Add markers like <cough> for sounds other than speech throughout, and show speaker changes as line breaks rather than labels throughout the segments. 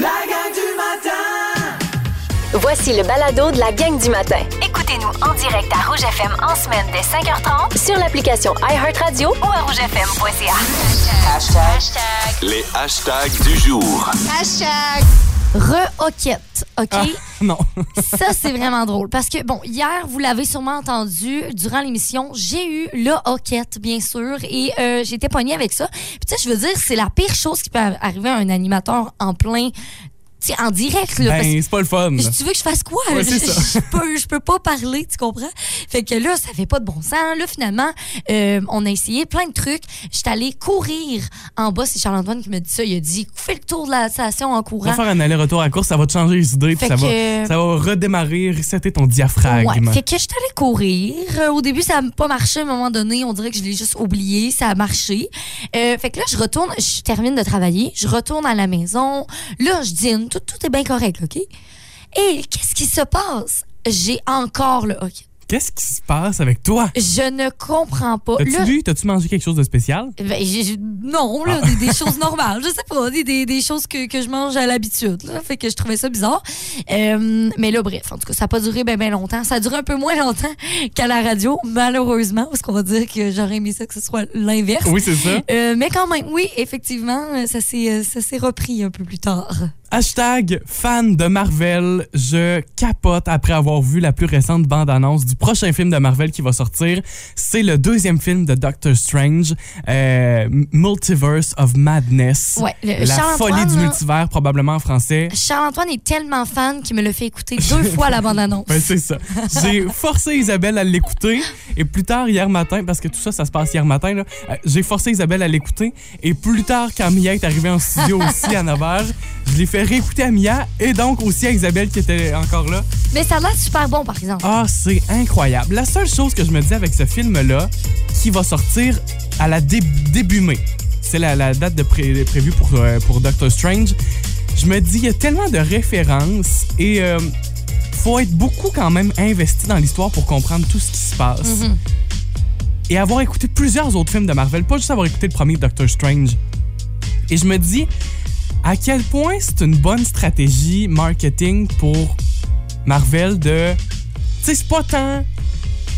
La gang du matin
Voici le balado de la gang du matin.
Écoutez-nous en direct à Rouge FM en semaine dès 5h30
Sur l'application iHeartRadio
ou à rougefm.ca.
Les hashtags du jour.
Hashtag
Re-hoquette, OK?
Ah, <laughs> Non.
Ça, c'est vraiment drôle. Parce que, bon, hier, vous l'avez sûrement entendu durant l'émission, j'ai eu le hoquette, bien sûr, et euh, j'étais pognée avec ça. Puis, tu sais, je veux dire, c'est la pire chose qui peut arriver à un animateur en plein, tu sais, en direct, là. parce que-
Ben, c'est pas le fun.
Je- tu veux que je fasse quoi?
Ouais,
je,
c'est ça.
<laughs> je peux, je peux pas parler, tu comprends? Fait que là, ça fait pas de bon sens. Là, finalement, euh, on a essayé plein de trucs. J'étais allée courir en bas. C'est Charles-Antoine qui me dit ça. Il a dit, fais le tour de la station en
On va
courant.
faire un aller-retour à la course, ça va te changer les idées,
Fait
puis ça
que-
va, ça va redémarrer, resetter ton diaphragme.
Ouais, fait que je suis allée courir. Euh, Au début, ça n'a pas marché. À un moment donné, on dirait que je l'ai juste oublié. Ça a marché. Euh, fait que là, je retourne, je termine de travailler, je retourne à la maison. Là, je dîne. Tout, tout est bien correct, OK? Et qu'est-ce qui se passe? J'ai encore le hockey.
Qu'est-ce qui se passe avec toi?
Je ne comprends pas.
T'as-tu
Euh, Là,
bu? T'as-tu mangé quelque chose
<laughs>
de spécial?
ben, j'ai- j'ai- non,
Ah.
là, des, des choses normales. Je sais pas, des, des, des choses que, que je mange à l'habitude. là. Fait que je trouvais ça bizarre. Euh, mais là, bref, en tout cas, ça n'a pas duré bien longtemps. Ça a duré un peu moins longtemps qu'à la radio, malheureusement, parce qu'on va dire que j'aurais aimé ça que ce soit l'inverse.
Oui, hein? c'est ça.
Euh, mais quand même, oui, effectivement, euh, ça s'est euh, ça s'est repris un peu plus tard.
Hashtag fan de Marvel, je capote après avoir vu la plus récente bande-annonce du prochain film de Marvel qui va sortir. C'est le deuxième film de Doctor Strange, euh, Multiverse of Madness.
Ouais, le-
la
Charles-Antoine,
folie du
là-
multivers, probablement en français.
Charles-Antoine est tellement fan qu'il me le fait
<laughs>
écouter deux fois la bande-annonce.
Ben, c'est ça. J'ai forcé Isabelle à l'écouter et plus tard hier matin, parce que tout ça, ça se passe hier matin, là, euh, j'ai forcé Isabelle à l'écouter et plus tard, quand Mia est arrivée en studio aussi à 9h, je l'ai fait réécouter à Mia et donc aussi à Isabelle qui était encore là.
Mais ça a l'air super bon, par exemple.
Ah, c'est incroyable. La seule chose que je me dis avec ce film-là, qui va sortir à la dé- début mai, c'est la, la date de pré- prévue pour, euh, pour Doctor Strange, je me dis, il y a tellement de références et euh, faut être beaucoup quand même investi dans l'histoire pour comprendre tout ce qui se passe. Et avoir écouté plusieurs autres films de Marvel, pas juste avoir écouté le premier Doctor Strange. Et je me dis, à quel point c'est une bonne stratégie marketing pour Marvel de. Tu sais, c'est pas tant.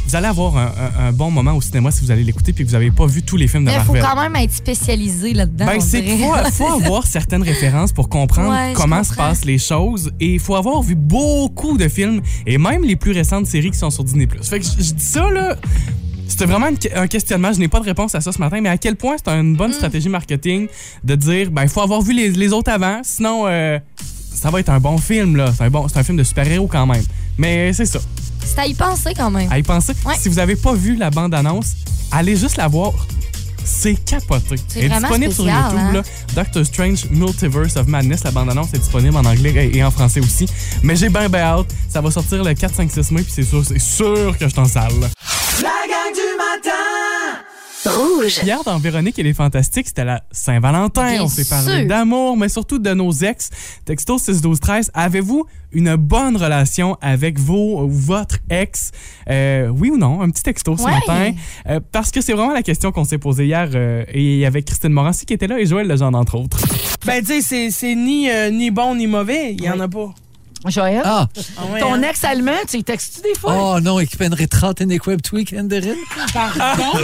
Vous allez avoir un, un- un bon moment au cinéma si vous allez l'écouter puis que vous avez pas vu tous les films de
Mais il faut
Marvel.
quand même être spécialisé là-dedans.
Ben,
on
c'est
dirait.
qu'il faut, faut avoir certaines références pour comprendre
Ouais, je
comment se
comprends.
passent les choses et il faut avoir vu beaucoup de films et même les plus récentes séries qui sont sur Disney+. Fait que je je dis ça, là... C'était vraiment une que- un questionnement. Je n'ai pas de réponse à ça ce matin, mais à quel point c'est une
Mm.
bonne stratégie marketing de dire, ben, il faut avoir vu les, les autres avant, sinon, euh, ça va être un bon film, là. C'est un, bon, c'est un film de super-héros quand même. Mais c'est ça.
C'est à y penser quand même.
À y penser,
Ouais.
si vous n'avez pas vu la bande-annonce, allez juste la voir. C'est capoté.
C'est
Elle est
vraiment
disponible
spécial,
sur YouTube.
hein?
là. Doctor Strange Multiverse of Madness, la bande-annonce est disponible en anglais et et en français aussi. Mais j'ai bien, bien hâte. Ça va sortir le 4, 5, 6 mai, puis c'est sûr, c'est sûr que je t'en sale. là.
La gang du matin
Rouge.
Hier, dans Véronique et les Fantastiques, c'était la Saint-Valentin.
Bien
On s'est parlé
sûr.
d'amour, mais surtout de nos ex. Texto 6 12 13 avez-vous une bonne relation avec vos ou votre ex? Euh, oui ou non? Un petit texto ce
Ouais.
matin. Euh, parce que c'est vraiment la question qu'on s'est posée hier euh, et avec Christine Morancy qui était là et Joël Legendre, entre autres.
Ben, tu sais, c'est- c'est ni, euh, ni bon ni mauvais. Il n'y en a pas.
Joël?
Ah,
Ah ouais,
Ton
hein?
ex allemand, tu y textes-tu des fois?
oh non, ik ben getrouwd en ik heb twee kinderen.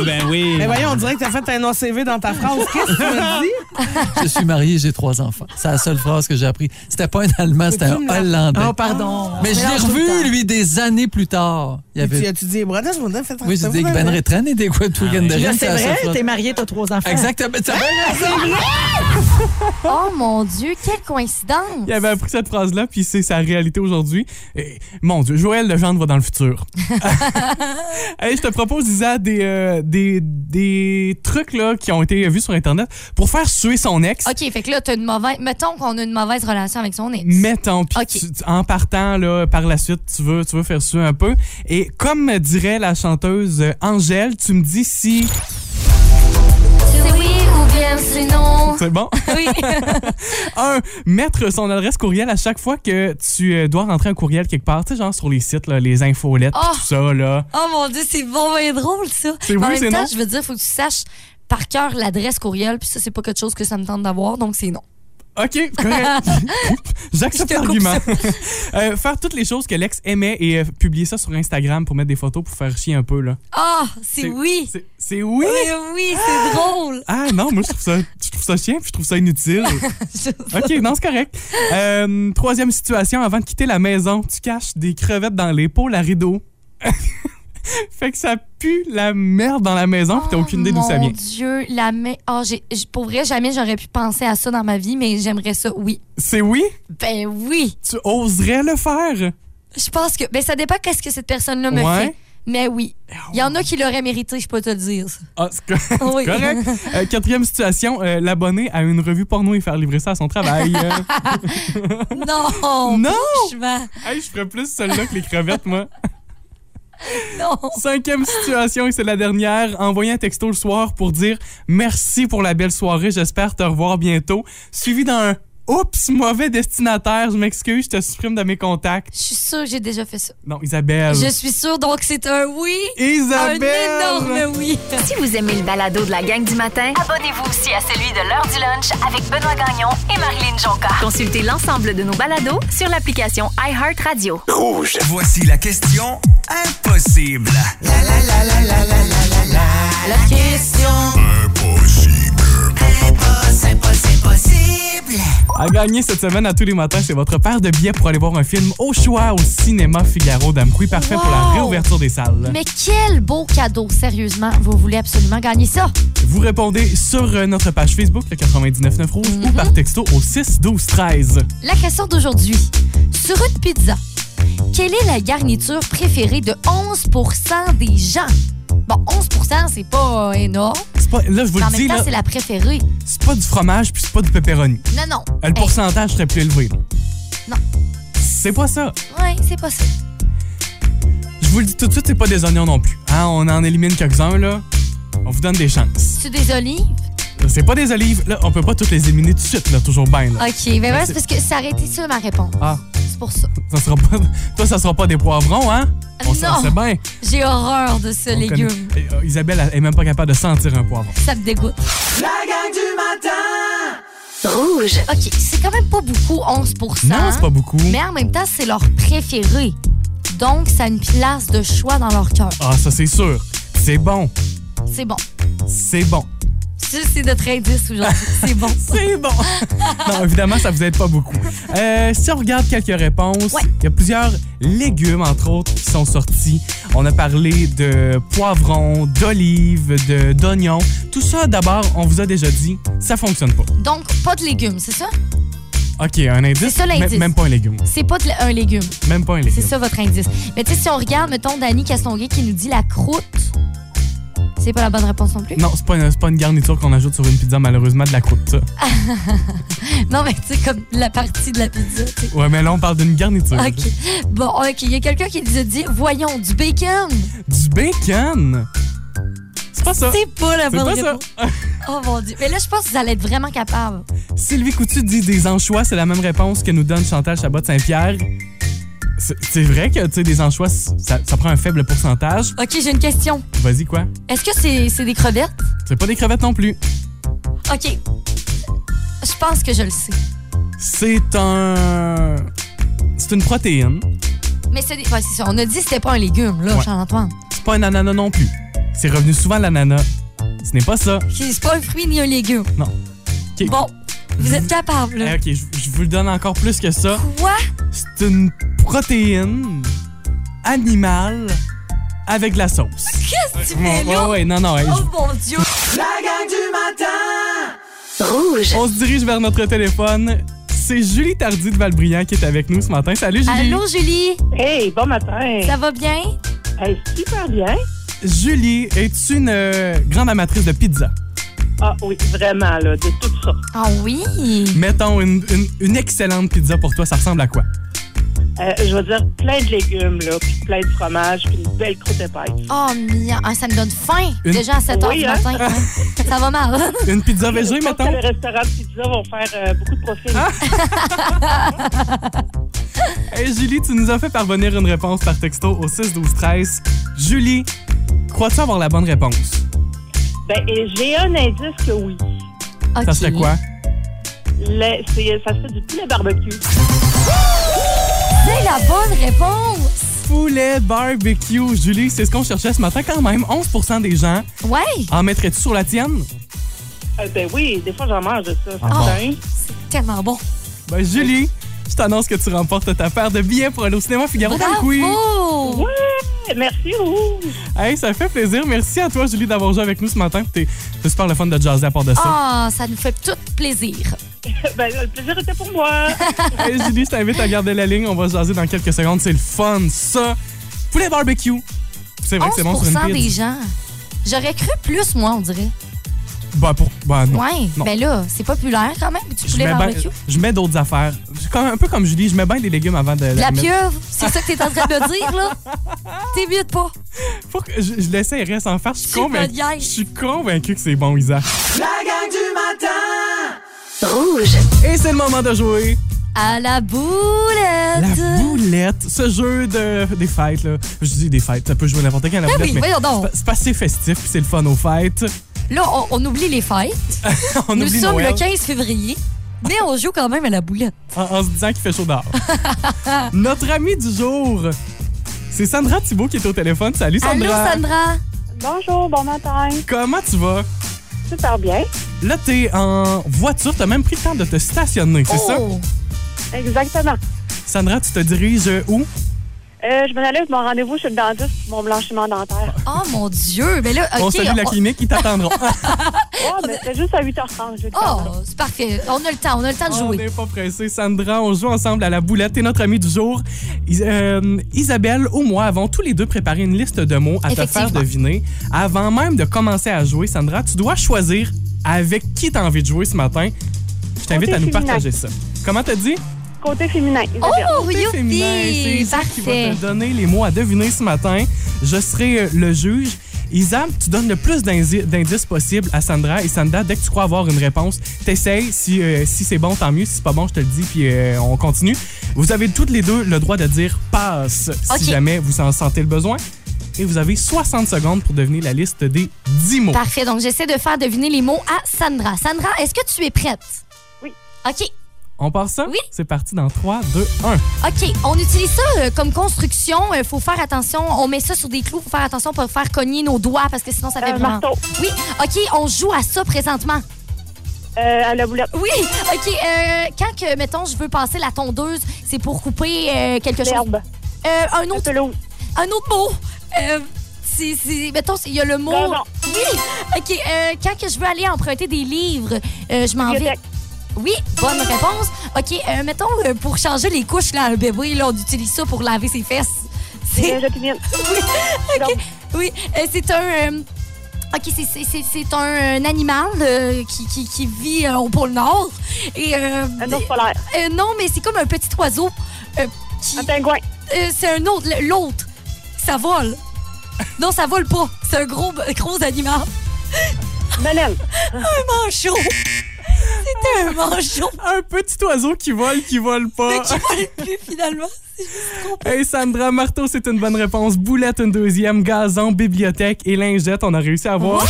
ben oui.
Mais voyons, on dirait que t'as fait un ACV dans
<laughs>
ta phrase. Qu'est-ce que tu me dis?
Je suis marié, j'ai trois enfants. C'est la seule phrase que j'ai appris. C'était pas un Allemand, c'était un Hollandais. Ah.
Oh, pardon.
Mais je l'ai revu, lui, des années plus tard. Il y
Tu
avait...
as-tu dit, Brother, je voudrais faire
Oui, j'ai dit ik ben retrain en ik heb
Ah
twee
Là,
kinderen.
c'est
C'est la seule
vrai,
phrase.
t'es marié, t'as trois enfants.
Exactement. T'as bien raison.
Oh mon Dieu, quelle coïncidence!
Il avait appris cette phrase-là, puis c'est sa réalité aujourd'hui. Et, Mon Dieu, Joël Legendre va dans le
<laughs>
futur. Hey, je te propose, Isa, des, euh, des, des trucs là, qui ont été vus sur Internet pour faire suer son ex.
OK, fait que là, t'as une mauvaise. Mettons qu'on a une mauvaise relation avec son ex.
Mettons, puis
Ok.
tu- tu- en partant là, par la suite, tu veux, tu veux faire suer un peu. Et comme dirait la chanteuse euh, Angèle, tu me
<laughs>
dis si
C'est oui ou bien c'est non.
c'est bon.
Oui. <laughs>
un, mettre son adresse courriel à chaque fois que tu euh, dois rentrer un courriel quelque part. Tu sais, genre sur les sites, là, les infolettes, pis
Ah!
tout ça. Là.
Oh mon Dieu, c'est bon ben drôle, ça.
C'est
Mais
oui,
en même
c'est
temps,
non.
je veux dire, faut que tu saches par cœur l'adresse courriel, puis ça, c'est pas quelque chose que ça me tente d'avoir, donc c'est non.
OK, correct.
<laughs>
J'accepte
Je te coupe
l'argument. <laughs> Euh, faire toutes les choses que l'ex aimait et euh, publier ça sur Instagram pour mettre des photos pour faire chier un peu. là.
Ah, c'est oui.
C'est- C'est oui.
Mais oui, c'est drôle.
Ah non, moi je trouve ça, je trouve ça chiant puis je trouve ça
<laughs>
inutile. OK, non, c'est correct. Euh, troisième situation, avant de quitter la maison, tu caches des crevettes dans les pots, la rideau. <laughs> fait que ça pue la merde dans la maison puis t'as aucune idée d'où ça vient.
Oh, Mon Dieu, la main. Oh, j'ai- j- pour vrai, jamais j'aurais pu penser à ça dans ma vie, mais j'aimerais ça, oui.
C'est oui?
Ben oui.
Tu oserais le faire?
Je pense que. Ben ça dépend qu'est-ce que cette personne-là me
Ouais.
fait. Mais oui. Il y en a qui l'auraient mérité, je peux te le dire.
<laughs>
ça.
Ah, c'est co- c'est
Oui.
correct. Euh, quatrième situation, euh, l'abonner à une revue porno et faire livrer ça à
<laughs>
son travail. Euh,
Non!
Non!
Franchement,
hey, je ferais plus celle-là que les crevettes, moi.
<laughs> non!
Cinquième situation, et c'est la dernière. Envoyer un texto le soir pour dire merci pour la belle soirée, j'espère te revoir bientôt. Suivi d'un oups, mauvais destinataire, je m'excuse, je te supprime de mes contacts.
Je suis sûre que j'ai déjà fait ça.
Non, Isabelle.
Je suis sûre, donc c'est un oui!
Isabelle!
Un énorme oui!
Si vous aimez le balado de la gang du matin, abonnez-vous aussi à celui de l'heure du lunch avec Benoît Gagnon et Marilyn Jonca. Consultez l'ensemble de nos balados sur l'application iHeartRadio.
Rouge.
Voici la question impossible.
À gagner cette semaine à tous les matins, c'est votre paire de billets pour aller voir un film au choix au cinéma Figaro d'Amqui, parfait pour la
Wow!
réouverture des salles.
Mais quel beau cadeau, sérieusement. Vous voulez absolument gagner ça?
Vous répondez sur euh, notre page Facebook, le 99.9 Rouge,
Mhm.
ou par texto au 6 12 13.
La question d'aujourd'hui. Sur une pizza, quelle est la garniture préférée de 11 des gens? Bon, 11 c'est pas euh, énorme,
C'est pas- là, je vous
mais en
le dis,
même temps,
là,
c'est la préférée.
c'est pas du fromage puis c'est pas du pepperoni.
Non, non.
Euh, Le pourcentage serait plus élevé.
Non.
C'est pas ça.
Hey, ouais, c'est pas ça.
Je vous le dis tout de suite, c'est pas des oignons non plus. Hein, on en élimine quelques-uns, là. On vous donne des chances.
Tu des olives?
C'est pas des olives. Là, on peut pas toutes les éliminer tout de suite, là, toujours bien, là.
OK, ben voilà, c'est parce que ça aurait été ça ma réponse.
Ah,
C'est pour ça.
ça sera pas... <laughs> Toi, ça sera pas des poivrons, hein? On s'en
Non.
sait bien.
J'ai horreur de ce
On
légume.
connaît- Eh, euh, Isabelle elle est même pas capable de sentir un poivron.
Ça me dégoûte.
La gang du matin!
Rouge.
OK, c'est quand même pas beaucoup, 11
Non, c'est pas beaucoup.
Mais en même temps, c'est leur préféré. Donc, ça a une place de choix dans leur cœur.
Ah, ça, c'est sûr. C'est bon.
C'est bon.
C'est bon.
Ça, c'est notre indice
<laughs>
aujourd'hui. C'est bon.
C'est
<laughs>
bon. non, évidemment, ça vous aide pas beaucoup. Euh, si on regarde quelques réponses, il
Ouais.
y a plusieurs légumes, entre autres, qui sont sortis. On a parlé de poivrons, d'olives, de- d'oignons. Tout ça, d'abord, on vous a déjà dit, ça fonctionne pas.
Donc, pas de légumes, c'est ça?
OK, un indice.
C'est ça, l'indice.
Même- Même pas un légume.
C'est pas de lé- un légume.
Même pas un légume.
C'est ça votre indice. Mais tu sais, si on regarde, mettons, Dani Castonguay qui nous dit la croûte, c'est pas la bonne réponse non plus.
Non, c'est pas, une- c'est pas une garniture qu'on ajoute sur une pizza, malheureusement, de la croûte, ça. Mm.
Non, mais tu sais, comme la partie de la pizza. tu sais.
Ouais, mais là, on parle d'une garniture.
OK. Bon, OK. Il y a quelqu'un qui nous a dit voyons, du bacon.
Du bacon. C'est pas ça.
C'est pas la
C'est
bonne
pas ça. <laughs>
réponse. Oh mon Dieu. Mais là, je pense que vous allez être vraiment capable.
Sylvie Coutu dit des anchois, c'est la même réponse que nous donne Chantal Chabot de Saint-Pierre. C'est c'est vrai que tu sais, des anchois, c- ça, ça prend un faible pourcentage.
OK, j'ai une question.
Vas-y, quoi?
Est-ce que c'est c'est des crevettes?
C'est pas des crevettes non plus.
OK. Je pense que je le sais.
C'est un. C'est une protéine.
Mais c'est des. ouais, c'est ça. On a dit que c'était pas un légume, là,
Ouais.
Charles-Antoine.
C'est pas un ananas non plus. C'est revenu souvent l'ananas. Ce n'est pas ça.
C'est c'est pas un fruit ni un légume.
Non. OK.
Bon, vous êtes capable,
Eh,
là.
ok, je, je vous le donne encore plus que ça.
Quoi?
C'est une protéine animale avec de la sauce.
Qu'est-ce que tu fais
ouais,
là?
ouais, non, non. eh, je-
Oh mon Dieu!
La gang du matin!
Rouge.
On se dirige vers notre téléphone. C'est Julie Tardy de Valbriand qui est avec nous ce matin. Salut Julie.
Allô, Julie?
Hey, bon matin.
Ça va bien?
super bien.
Julie, es-tu une euh, grande amatrice de pizza?
Ah oui, vraiment, là, de toutes sortes.
Ah oui?
Mettons une, une- une excellente pizza pour toi, ça ressemble à quoi?
Euh, je veux dire, plein de légumes, là, puis plein de fromage, puis une belle croûte épaisse.
Oh, mia, ah, ça me donne faim.
Une-
Déjà à 7 h
Oui,
du
hein?
matin. <laughs> hein. ça va mal.
Une pizza végé,
<laughs> Je pense
mettons?
que les restaurants de pizza vont faire euh, beaucoup de profils.
Ah!
Hey, Julie, tu nous as fait parvenir une réponse par texto au 6-12-13. Julie, crois-tu avoir la bonne réponse?
Ben, et j'ai un indice que oui.
Ça serait quoi?
Le- c'est- ça serait du poulet barbecue.
C'est la bonne réponse!
Poulet barbecue. Julie, c'est ce qu'on cherchait ce matin quand même. 11 des gens.
Ouais!
En mettrais-tu sur la tienne?
Euh, ben oui, des fois, j'en mange de ça.
Ah bon?
Putain.
Tellement bon.
Ben, Julie, je t'annonce que tu remportes ta paire de billets pour aller au cinéma Figaro dans Ah, le Quiz.
Ouais, merci, Rouge.
Hey, ça fait plaisir. Merci à toi, Julie, d'avoir joué avec nous ce matin. T'es t'es super le fun de jazzer à part de ça.
Ah, ça nous fait tout plaisir.
ben, le plaisir était pour moi.
Ah.
Hey, Julie, je t'invite à garder la ligne. On va se jaser dans quelques secondes. C'est le fun, ça. Poulet barbecue. C'est vrai que c'est bon sur
11
une
des
pizza.
gens. J'aurais cru plus, moi, on dirait.
Ben, pour... ben, non.
ouais,
Non.
ben là, c'est populaire quand même, du
je
poulet
mets, ben-
barbecue.
je mets d'autres affaires. Je- comme- un peu comme Julie, je mets bien des légumes avant de.
De la
mettre-
pieuvre, c'est ça que t'es en train de me dire, là? T'évites pas.
Faut que je, je l'essaierai sans faire. Je suis convaincu. Je suis convaincu que c'est bon, Isa.
La gang du matin!
Rouge. Et c'est le moment de jouer.
À la boulette!
La boulette, ce jeu de, des fêtes, là. Je dis des fêtes, ça peut jouer n'importe quand la
Ben
boulette,
oui,
mais
voyons donc.
c'est pas- c'est pas assez festif, puis c'est le fun aux fêtes. <laughs>
Là, on, on oublie les fêtes.
On
Nous
oublie
sommes
Noël.
le 15 février, mais on joue quand même à la boulette.
En, en se disant qu'il fait chaud dehors. <laughs> Notre ami du jour, c'est Sandra Thibault qui est au téléphone. Salut Sandra.
Allô, Sandra?
Bonjour, bon matin.
Comment tu vas?
Super bien.
Là, t'es en voiture, t'as même pris le temps de te stationner, c'est
Oh.
ça? Exactement.
ça? Sandra, tu te diriges où?
Euh, je m'en allais pour mon rendez-vous chez le dentiste pour mon blanchiment dentaire.
Oh mon Dieu! Mais là, OK.
on salue la clinique, ils t'attendront.
<laughs>
mais c'est juste à 8h30.
Oh, c'est parfait. On a le temps, on a le temps de
On
jouer.
n'est pas pressé, Sandra. On joue ensemble à la boulette. T'es notre amie du jour. Is- euh, Isabelle ou moi avons tous les deux préparé une liste de mots à te faire
Effectivement.
deviner. Avant même de commencer à jouer, Sandra, tu dois choisir avec qui t'as envie de jouer ce matin. Je t'invite
Côté
à nous
féminin.
partager ça. Comment t'as dit?
Côté féminin.
Oh,
Côté
youpi!
C'est Isa qui va
Parfait.
te donner les mots à deviner ce matin. Je serai euh, le juge. Isa, tu donnes le plus d'indi- d'indices possible à Sandra. Et Sandra, dès que tu crois avoir une réponse, t'essayes. Si, euh, si c'est bon, tant mieux. Si c'est pas bon, je te le dis, puis euh, on continue. Vous avez toutes les deux le droit de dire « passe »
Ok.
si jamais vous en sentez le besoin. Et vous avez 60 secondes pour deviner la liste des 10 mots.
Parfait. Donc, j'essaie de faire deviner les mots à Sandra. Sandra, est-ce que tu es prête?
Oui.
OK.
On part ça? Oui. C'est parti dans 3, 2, 1.
OK. On utilise ça euh, comme construction. Il faut faire attention. On met ça sur des clous. faut faire attention pour faire cogner nos doigts parce que sinon, ça fait
Un
vraiment...
Euh, marteau.
Oui. OK. On joue à ça présentement.
Euh, à la boulette.
Oui. OK. euh, quand, que, mettons, je veux passer la tondeuse, c'est pour couper euh, quelque chose.
L'herbe.
Euh, un autre. Un autre mot. Euh, c'est, c'est- mettons, il y a le mot.
Non, non.
Oui. OK. euh, quand que je veux aller emprunter des livres, euh, je m'en vais.
Bibliothèque.
Oui, bonne réponse. OK. euh, mettons, euh, pour changer les couches, là, un bébé, là, on utilise ça pour laver ses fesses. C'est. <laughs>
Oui.
OK. Oui. euh, c'est un. euh, OK, c'est, c'est, c'est, c'est un, euh, animal euh, qui, qui, qui vit euh, au pôle Nord. Et, un
ours polaire.
non, mais c'est comme un petit oiseau. euh, qui, un
pingouin.
Euh, c'est un autre. le- L'autre. Ça vole. Non, ça vole pas. C'est un gros, gros animal.
Banane.
un manchot. C'était
Ah.
un manchot. <laughs>
Un petit oiseau qui vole, qui vole pas.
Mais qui vole plus, finalement.
Hey Sandra, marteau, c'est une bonne réponse. Boulette, une deuxième. Gazon, bibliothèque et lingette. On a réussi à avoir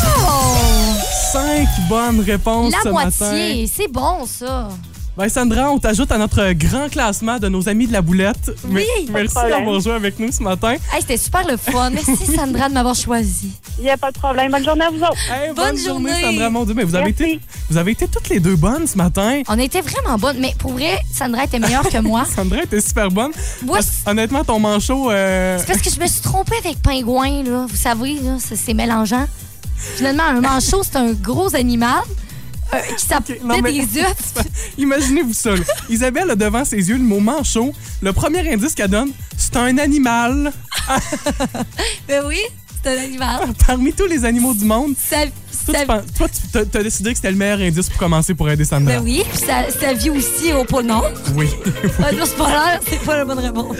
cinq bonnes réponses ce
La
matin.
moitié. C'est bon, ça.
Ben Sandra, on t'ajoute à notre grand classement de nos amis de la boulette.
Oui,
Me-
pas de
Merci
problème.
d'avoir joué avec nous ce matin.
Hey, c'était super le fun. Merci, Sandra, de m'avoir choisi.
Il n'y a pas de problème. Bonne journée à vous autres.
bonne,
Sandra, mon Dieu, mais vous avez,
Merci.
été, vous avez été toutes les deux bonnes ce matin.
On était vraiment bonnes, mais pour vrai, Sandra était meilleure que moi.
Sandra était super bonne.
Moi,
Parce- Honnêtement, ton manchot... euh,
C'est parce que je me suis trompée avec pingouin, là. Vous savez, là, ça, c'est mélangeant. Finalement, un manchot, c'est un gros animal. euh,
<laughs>
qui s'appelait des œufs.
Imaginez-vous ça. là. Isabelle a devant ses yeux le mot manchot. Le premier indice qu'elle donne, c'est un animal.
Ben oui, c'est un animal.
Parmi tous les animaux du monde,
Ça,
toi,
ça-
tu penses- toi, tu t'as- t'as décidé que c'était le meilleur indice pour commencer pour aider Sandra.
ben oui, puis ça, ça vit aussi au pôle
<laughs>
Nord.
Oui.
Ah non, c'est pas l'heure, c'est pas la bonne réponse.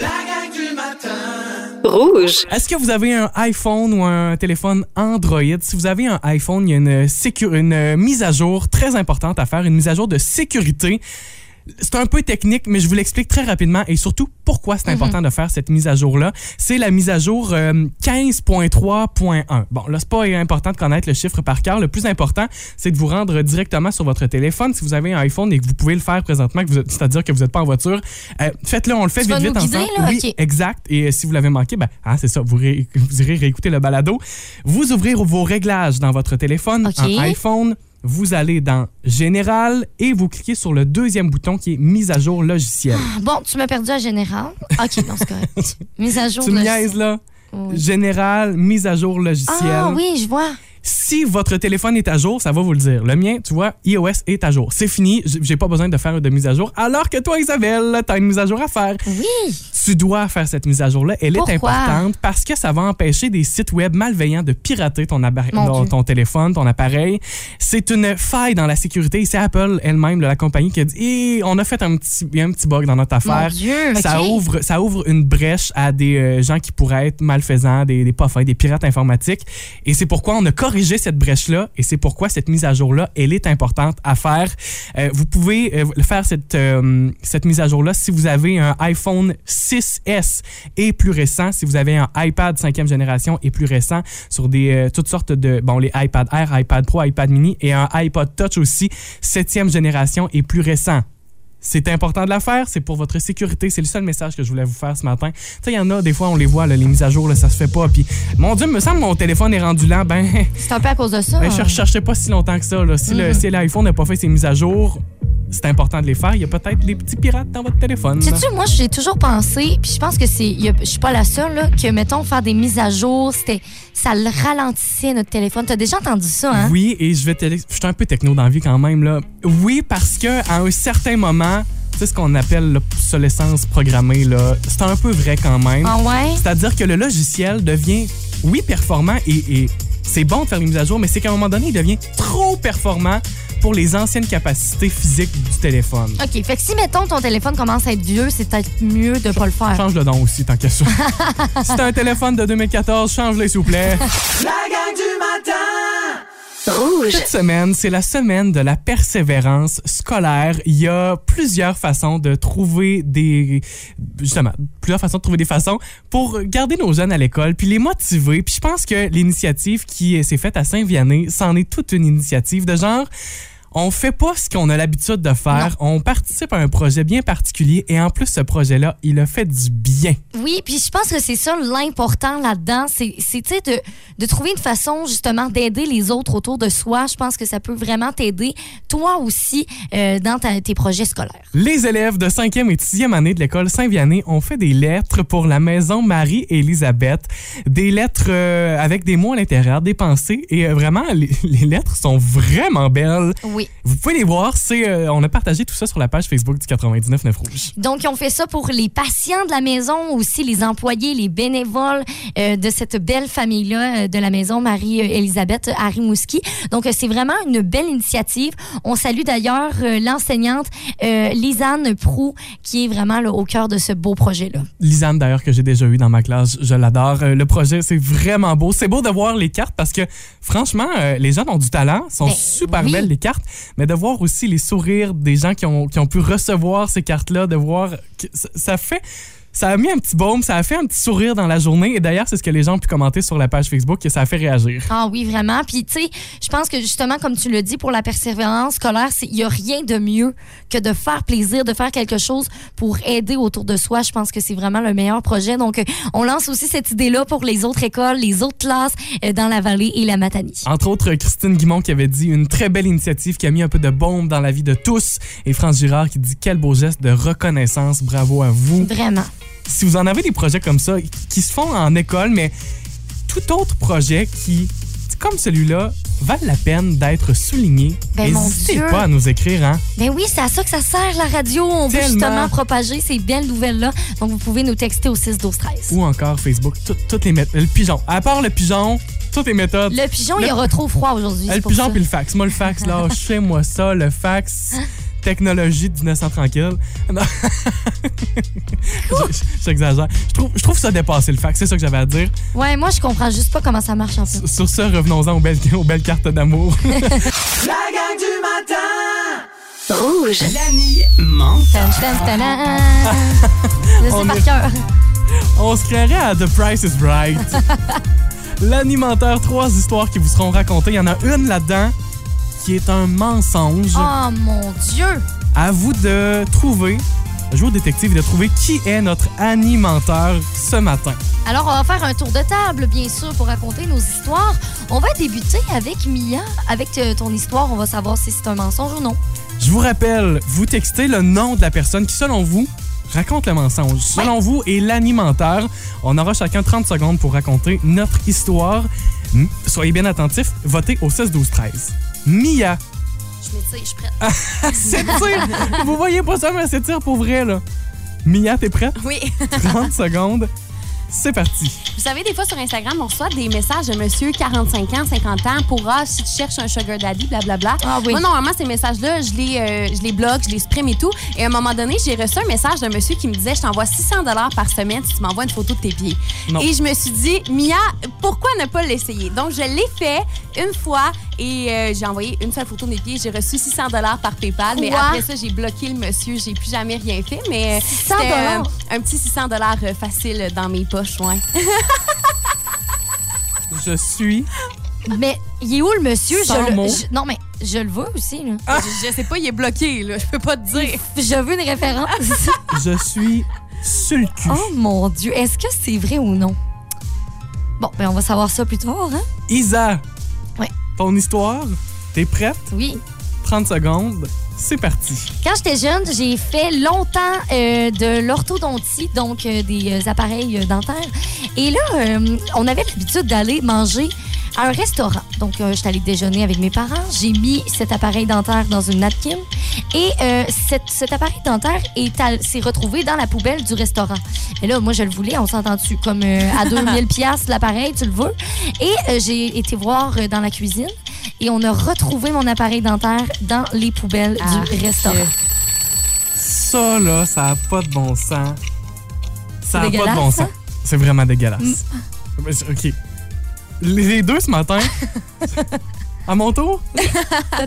Rouge.
Est-ce que vous avez un iPhone ou un téléphone Android? Si vous avez un iPhone, il y a une, sécu- une euh, mise à jour très importante à faire, une mise à jour de sécurité. C'est un peu technique, mais je vous l'explique très rapidement et surtout pourquoi
Mhm.
c'est important de faire cette mise à jour-là. C'est la mise à jour euh, 15.3.1. Bon, là, c'est pas important de connaître le chiffre par cœur. Le plus important, c'est de vous rendre directement sur votre téléphone. Si vous avez un iPhone et que vous pouvez le faire présentement, que vous êtes- c'est-à-dire que vous n'êtes pas en voiture, euh, faites-le, on le fait
Tu
vite,
vas
vite
nous guider,
ensemble.
là?
Oui,
Ok.
Exact. Et euh, si vous l'avez manqué, ben, ah, c'est ça, vous, ré- vous irez réécouter le balado. Vous ouvrez vos réglages dans votre téléphone,
Ok.
en iPhone. Vous allez dans Général et vous cliquez sur le deuxième bouton qui est Mise à jour logiciel.
Bon, tu m'as perdu à général. Ok, non, c'est
<laughs>
correct. Mise à jour.
tu me
de-
niaises, là?
Oui.
Général, Mise à jour logiciel.
Ah oui, je vois.
Si votre téléphone est à jour, ça va vous le dire. Le mien, tu vois, iOS est à jour. C'est fini, j- j'ai pas besoin de faire de mise à jour. Alors que toi, Isabelle, t'as une mise à jour à faire.
Oui.
Tu dois faire cette mise à jour-là. Elle est
Pourquoi?
importante parce que ça va empêcher des sites web malveillants de pirater ton, appareil-
Mon
ton,
Dieu.
ton téléphone, ton appareil. C'est une faille dans la sécurité. C'est Apple elle-même, la compagnie, qui a dit Eh, on a fait un petit, un petit bug dans notre affaire.
Mon Dieu,
ça
ok.
ouvre, ça ouvre une brèche à des euh, gens qui pourraient être malfaisants, des, des pas fins, des pirates informatiques. Et c'est pourquoi on a corrigé cette brèche-là et c'est pourquoi cette mise à jour-là, elle est importante à faire. Euh, vous pouvez euh, faire cette, euh, cette mise à jour-là si vous avez un iPhone 6S et plus récent, si vous avez un iPad 5e génération et plus récent, sur des euh, toutes sortes de, bon, les iPad Air, iPad Pro, iPad Mini et un iPod Touch aussi, 7e génération et plus récent. C'est important de la faire, c'est pour votre sécurité. C'est le seul message que je voulais vous faire ce matin. Tu sais, il y en a, des fois, on les voit, là, les mises à jour, là, ça se fait pas. Puis, mon Dieu, me semble que mon téléphone est rendu lent. Ben,
C'est un peu à cause de ça.
ben, je ne recherchais pas si longtemps que ça. là. Si le-
Mhm.
si l'iPhone n'a pas fait ses mises à jour, c'est important de les faire. Il y a peut-être des petits pirates dans votre téléphone.
Sais-tu, moi, j'ai toujours pensé, puis je pense que c'est. y a- Je suis pas la seule, là, que, mettons, faire des mises à jour, c'était. Ça le ralentissait, notre téléphone. T'as déjà entendu ça, hein?
Oui, et je vais te l'ex- Je suis un peu techno dans la vie quand même. Là. Oui, parce que à un certain moment, c'est ce qu'on appelle l'obsolescence programmée. Là. C'est un peu vrai quand même.
Ah ouais?
C'est-à-dire que le logiciel devient, oui, performant et, et c'est bon de faire des mises à jour, mais c'est qu'à un moment donné, il devient trop performant pour les anciennes capacités physiques du téléphone.
OK. Fait que si, mettons, ton téléphone commence à être vieux, c'est peut-être mieux de pas le faire.
Change le don aussi, tant qu'à ça. si t'as un téléphone de 2014, change-le, s'il vous plaît.
La gang du matin! Rouge.
Cette semaine, c'est la semaine de la persévérance scolaire. Il y a plusieurs façons de trouver des... Justement, plusieurs façons de trouver des façons pour garder nos jeunes à l'école, puis les motiver. Puis je pense que l'initiative qui s'est faite à Saint-Vianney, c'en est toute une initiative de genre... On fait pas ce qu'on a l'habitude de faire. On participe à un projet bien particulier et en plus, ce projet-là, il a fait du bien.
Oui, puis je pense que c'est ça l'important là-dedans, c'est, c'est, tu sais, de, de trouver une façon justement d'aider les autres autour de soi. Je pense que ça peut vraiment t'aider, toi aussi, euh, dans ta- tes projets scolaires.
Les élèves de 5e et 6e année de l'école Saint-Vianney ont fait des lettres pour la maison Marie-Élisabeth. Des lettres euh, avec des mots à l'intérieur, des pensées. Et euh, vraiment, les, <laughs> les lettres sont vraiment belles.
Oui.
Vous pouvez les voir. C'est, euh, on a partagé tout ça sur la page Facebook du 99.9 Rouge.
Donc, on fait ça pour les patients de la maison, aussi les employés, les bénévoles euh, de cette belle famille-là euh, de la maison Marie-Élisabeth à Rimouski. Donc, euh, c'est vraiment une belle initiative. On salue d'ailleurs euh, l'enseignante euh, Lisanne Prou, qui est vraiment là, au cœur de ce beau projet-là.
Lisanne, d'ailleurs, que j'ai déjà eu dans ma classe, je l'adore. Euh, le projet, c'est vraiment beau. C'est beau de voir les cartes parce que, franchement, euh, les jeunes ont du talent, sont
Ben,
super
oui.
belles, les cartes, mais de voir aussi les sourires des gens qui ont, qui ont pu recevoir ces cartes-là, de voir. que ça- ça fait. Ça a mis un petit baume, ça a fait un petit sourire dans la journée. Et d'ailleurs, c'est ce que les gens ont pu commenter sur la page Facebook et ça a fait réagir.
Ah oui, vraiment. Puis, tu sais, je pense que justement, comme tu le dis, pour la persévérance scolaire, c'est- il n'y a rien de mieux que de faire plaisir, de faire quelque chose pour aider autour de soi. Je pense que c'est vraiment le meilleur projet. Donc, euh, on lance aussi cette idée-là pour les autres écoles, les autres classes euh, dans la vallée et la Matanie.
Entre autres, Christine Guimont qui avait dit une très belle initiative qui a mis un peu de bombe dans la vie de tous. Et France Girard qui dit quel beau geste de reconnaissance. Bravo à vous.
Vraiment.
si vous en avez des projets comme ça qui- qui se font en école, mais tout autre projet qui, comme celui-là, valent la peine d'être soulignées.
Ben, mon
N'hésitez
Dieu.
pas à nous écrire, hein?
Ben oui, c'est à ça que ça sert la radio. On veut
Tellement.
justement propager ces belles nouvelles-là. Donc, vous pouvez nous texter au 6 12 13
Ou encore Facebook, tout- toutes les méthodes. Le pigeon. À part le pigeon, toutes les méthodes.
Le pigeon, il aura trop froid aujourd'hui.
Ah,
c'est
Le
pour
pigeon
ça.
puis le fax. Moi, le fax, là,
<laughs>
chez moi ça, le fax. Technologie de 1900 tranquille. Non. <laughs> Je- J'exagère. Je trouve, je trouve ça dépassé, le fax. C'est ça que j'avais à dire.
Ouais, moi, je comprends juste pas comment ça marche en fait.
Sur ce, revenons-en aux belles, aux belles cartes d'amour.
La gang du matin!
Rouge.
L'ami
Tan, tan, tan, tan. Je
On
sais par
est-
cœur.
On se créerait à The Price is Right. L'animateur, trois histoires qui vous seront racontées. Il y en a une là-dedans qui est un mensonge.
Oh mon Dieu!
À vous de trouver, je joue au détective, et de trouver qui est notre animateur ce matin.
Alors, on va faire un tour de table, bien sûr, pour raconter nos histoires. On va débuter avec Mia. Avec euh, ton histoire, on va savoir si c'est un mensonge ou non.
Je vous rappelle, vous textez le nom de la personne qui, selon vous, raconte le mensonge. Selon vous et l'animateur, on aura chacun 30 secondes pour raconter notre histoire. M- Soyez bien attentifs, votez au 6-12-13. Mia, Ah,
Je m'étire, je suis prête.
<laughs> s'étire. Vous voyez pas ça, mais c'est tire pour vrai, là. Mia,
<laughs>
t'es prête?
Oui. <laughs>
30 secondes. C'est parti.
Vous savez, des fois sur Instagram, on reçoit des messages de monsieur 45 ans, 50 ans pour Ah, si tu cherches un sugar daddy, blablabla.
Ah oui.
Moi, normalement, ces messages-là, je les, euh, je les bloque, je les supprime et tout. Et à un moment donné, j'ai reçu un message d'un monsieur qui me disait Je t'envoie 600 par semaine si tu m'envoies une photo de tes pieds.
Non.
Et je me suis dit Mia, pourquoi ne pas l'essayer Donc, je l'ai fait une fois et euh, j'ai envoyé une seule photo de mes pieds. J'ai reçu 600 par PayPal. Mais
Quoi?
après ça, j'ai bloqué le monsieur. J'ai plus jamais rien fait. Mais euh,
600
c'était, euh, un petit 600 euh, facile dans mes poches, ouais.
Je suis.
Mais il est où le monsieur? Je
Sans
le-
mots.
je- non, mais je le vois aussi. Là.
Je, je sais pas, il est bloqué, là. Je peux pas te dire.
Je veux une référence.
Je suis sur le cul.
<laughs> oh mon Dieu, est-ce que c'est vrai ou non? Bon, ben on va savoir ça plus tard. Hein?
Isa.
Ouais.
Ton histoire, t'es prête?
Oui.
30 secondes. C'est parti.
Quand j'étais jeune, j'ai fait longtemps euh, de l'orthodontie, donc euh, des euh, appareils euh, dentaires. Et là, euh, on avait l'habitude d'aller manger à un restaurant. Donc, euh, j'étais allée déjeuner avec mes parents. J'ai mis cet appareil dentaire dans une napkin. Et euh, cet, cet appareil dentaire est à- s'est retrouvé dans la poubelle du restaurant. Et là, moi, je le voulais, on s'entend dessus, comme euh, à 2000 pièces l'appareil, tu le veux. Et euh, j'ai été voir euh, dans la cuisine et on a retrouvé mon appareil dentaire dans les poubelles
Arc.
du restaurant.
Ça, là, ça a pas de bon sens. Ça a pas de
dégueulasse,
bon
hein? Mm.
sens. C'est vraiment dégueulasse. Mais c'est- OK. Les les deux
<laughs>
ce matin. à mon tour?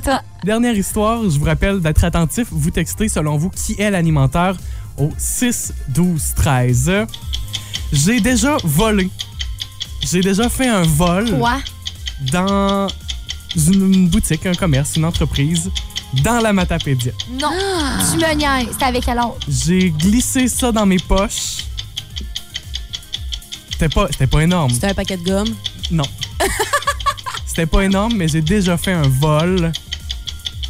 toi.
Dernière histoire, je vous rappelle d'être attentif. Vous textez selon vous qui est l'animateur au 6 12 13. J'ai déjà volé. J'ai déjà fait un vol.
Quoi?
Dans une, une boutique, un commerce, une entreprise, dans la Matapédia.
Non, tu me niaises. C'était avec quel autre?
J'ai glissé ça dans mes poches. C'était pas, c'était pas énorme.
C'était un paquet de gomme. <laughs>
Non. c'était pas énorme, mais j'ai déjà fait un vol.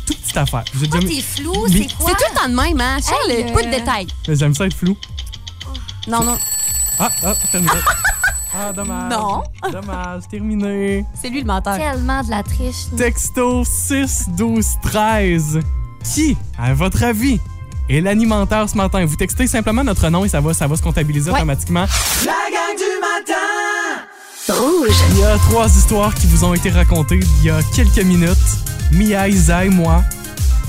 Toute petite affaire. J'ai déjà mis-
flou,
Mais-
quoi? C'est tout le temps de même, hein? Charles,
Hey,
peu de
euh,
détails.
Mais j'aime ça être flou.
Non, non.
Ah, ah,
<laughs>
terminé. ah, dommage.
Non.
Dommage, terminé.
C'est lui le menteur.
Tellement de la triche. là.
Texto 6 12 13. Qui, à votre avis, est l'animateur ce matin? Vous textez simplement notre nom et ça va, ça va se comptabiliser automatiquement.
La gang du matin!
Rouge.
Il y a trois histoires qui vous ont été racontées il y a quelques minutes. Mia, Isa et moi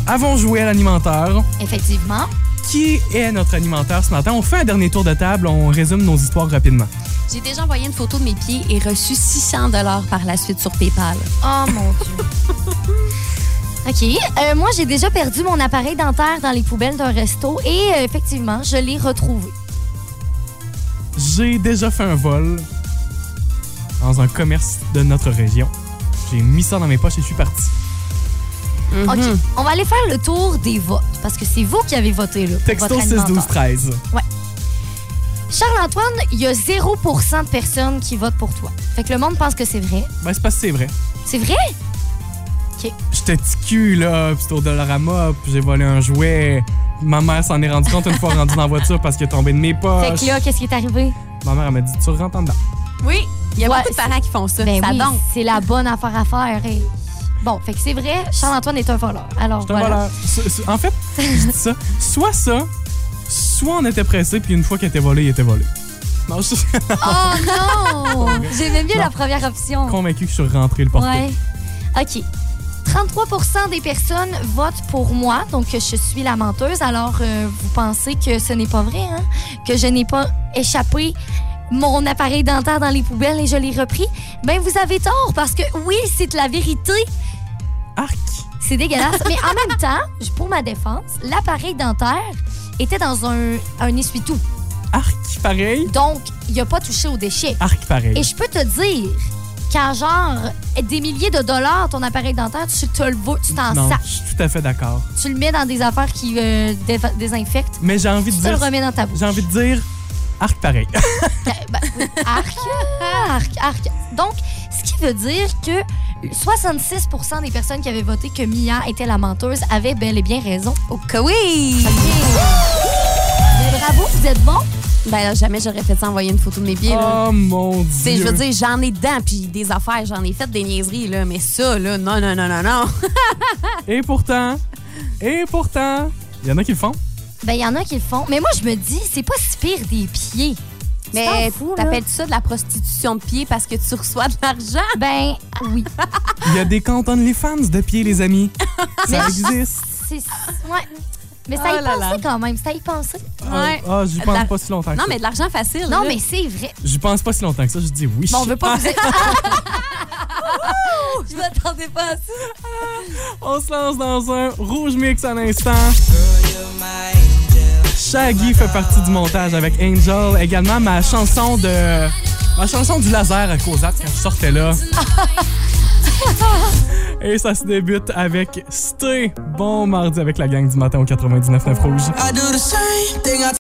avons joué à l'animateur.
Effectivement.
Qui est notre animateur ce matin? On fait un dernier tour de table, on résume nos histoires rapidement.
J'ai déjà envoyé une photo de mes pieds et reçu 600 par la suite sur PayPal.
Oh mon
<laughs>
Dieu. OK. Euh, moi, j'ai déjà perdu mon appareil dentaire dans les poubelles d'un resto et euh, effectivement, je l'ai retrouvé.
J'ai déjà fait un vol dans un commerce de notre région. J'ai mis ça dans mes poches et je suis parti.
Mm-hmm.
OK. On va aller faire le tour des votes parce que c'est vous qui avez voté, là. pour
Texto
votre
6 12
animateur.
13.
Ouais. Charles-Antoine, il y a 0 de personnes qui votent pour toi. Fait que le monde pense que c'est vrai.
Ben, c'est parce que c'est vrai.
C'est vrai? OK.
J'étais petit cul, là, puis c'était au Dollarama, puis j'ai volé un jouet. Ma mère s'en est rendue compte une fois <laughs> rendue dans la voiture parce qu'il est tombé de mes
Fait
poches.
que là, qu'est-ce qui est arrivé?
Ma mère, elle m'a dit, tu rentres en dedans.
Oui, il y a beaucoup de parents qui font ça.
Ben
ça
oui,
donc.
c'est la bonne affaire à faire. hey. Bon, fait que c'est vrai, Charles-Antoine est un voleur. Alors,
C'est un
voilà.
<laughs> voleur. C'est- c'est- En fait, je dis ça. Soit ça, soit on était pressé, puis une fois qu'il était volé, il était volé. Non, je suis <laughs>
Oh non! J'aimais mieux
Non.
la première option.
convaincu que je suis rentré le porter.
Ouais. OK. 33 des personnes votent pour moi, donc je suis la menteuse. Alors, euh, vous pensez que ce n'est pas vrai, hein? Que je n'ai pas échappé mon appareil dentaire dans les poubelles et je l'ai repris? Ben, vous avez tort, parce que oui, c'est la vérité.
Arc!
C'est dégueulasse. Mais en même temps, j- pour ma défense, l'appareil dentaire était dans un, un essuie-tout.
Arc, pareil.
Donc, il n'a pas touché aux déchets.
Arc, pareil.
Et je peux te dire qu'à genre des milliers de dollars, ton appareil dentaire, tu te le vaux, tu t'en
Non, je
saches.
suis tout à fait d'accord.
Tu le mets dans des affaires qui euh, dé- désinfectent.
Mais j'ai envie de
Tu te le
dire.
remets dans ta bouche.
J'ai envie de dire. Arc,
<laughs>
pareil.
Arc, arc, arc. Donc, ce qui veut dire que 66 des personnes qui avaient voté que Mia était la menteuse avaient bel et bien raison. Ok, oui! bravo, vous êtes bon?
Ben là, jamais j'aurais fait ça envoyer une photo de mes pieds. là.
oh mon dieu.
Tu sais, je veux dire, j'en ai dedans, puis des affaires, j'en ai fait des niaiseries, là, mais ça, là, non, non, non, non, non.
Et pourtant, et pourtant, il y en a qui le font.
Ben, il y en a qui le font. Mais moi, je me dis, c'est pas si pire des pieds.
Mais t'appelles-tu
t'appelles ça de la prostitution de pieds parce que tu reçois de l'argent? Ben, oui.
Il y a des comptes OnlyFans de pied, les amis. Ça
Mais-
existe.
C'est.
Ah.
Ouais. Mais ça
Oh
y
là
pensait quand même. Ça y pensait.
Ah, ah, j'y pense pas si longtemps que ça.
de l'argent facile. Non, mais c'est vrai.
J'y pense pas si longtemps que ça, je dis oui. Ah,
Bon, on veut pas vous.
Je m'attendais pas à ça.
On se lance dans un rouge mix à l'instant. Shaggy fait partie du montage avec Angel. Également ma chanson de. Ma chanson du laser à Cosette quand je sortais là. Et ça se débute avec Sté. Bon mardi avec la gang du matin au 99.9 Rouge.
I do the same thing I